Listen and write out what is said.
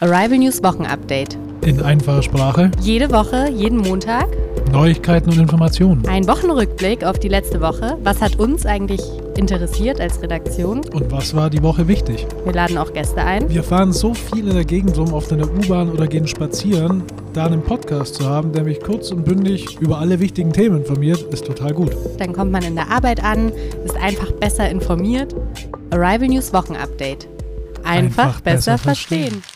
Arrival News Wochenupdate. In einfacher Sprache, Jede Woche, jeden Montag Neuigkeiten und Informationen. ein Wochenrückblick auf die letzte Woche. Was hat uns eigentlich interessiert als Redaktion? Und was war die Woche wichtig? Wir laden auch Gäste ein. Wir fahren so viel in der Gegend rum, oft in der U-Bahn oder gehen spazieren. Da einen Podcast zu haben, der mich kurz und bündig über alle wichtigen Themen informiert, ist total gut. Dann kommt man in der Arbeit an, ist einfach besser informiert. Arrival News Wochenupdate. Einfach, Einfach besser, besser verstehen. verstehen.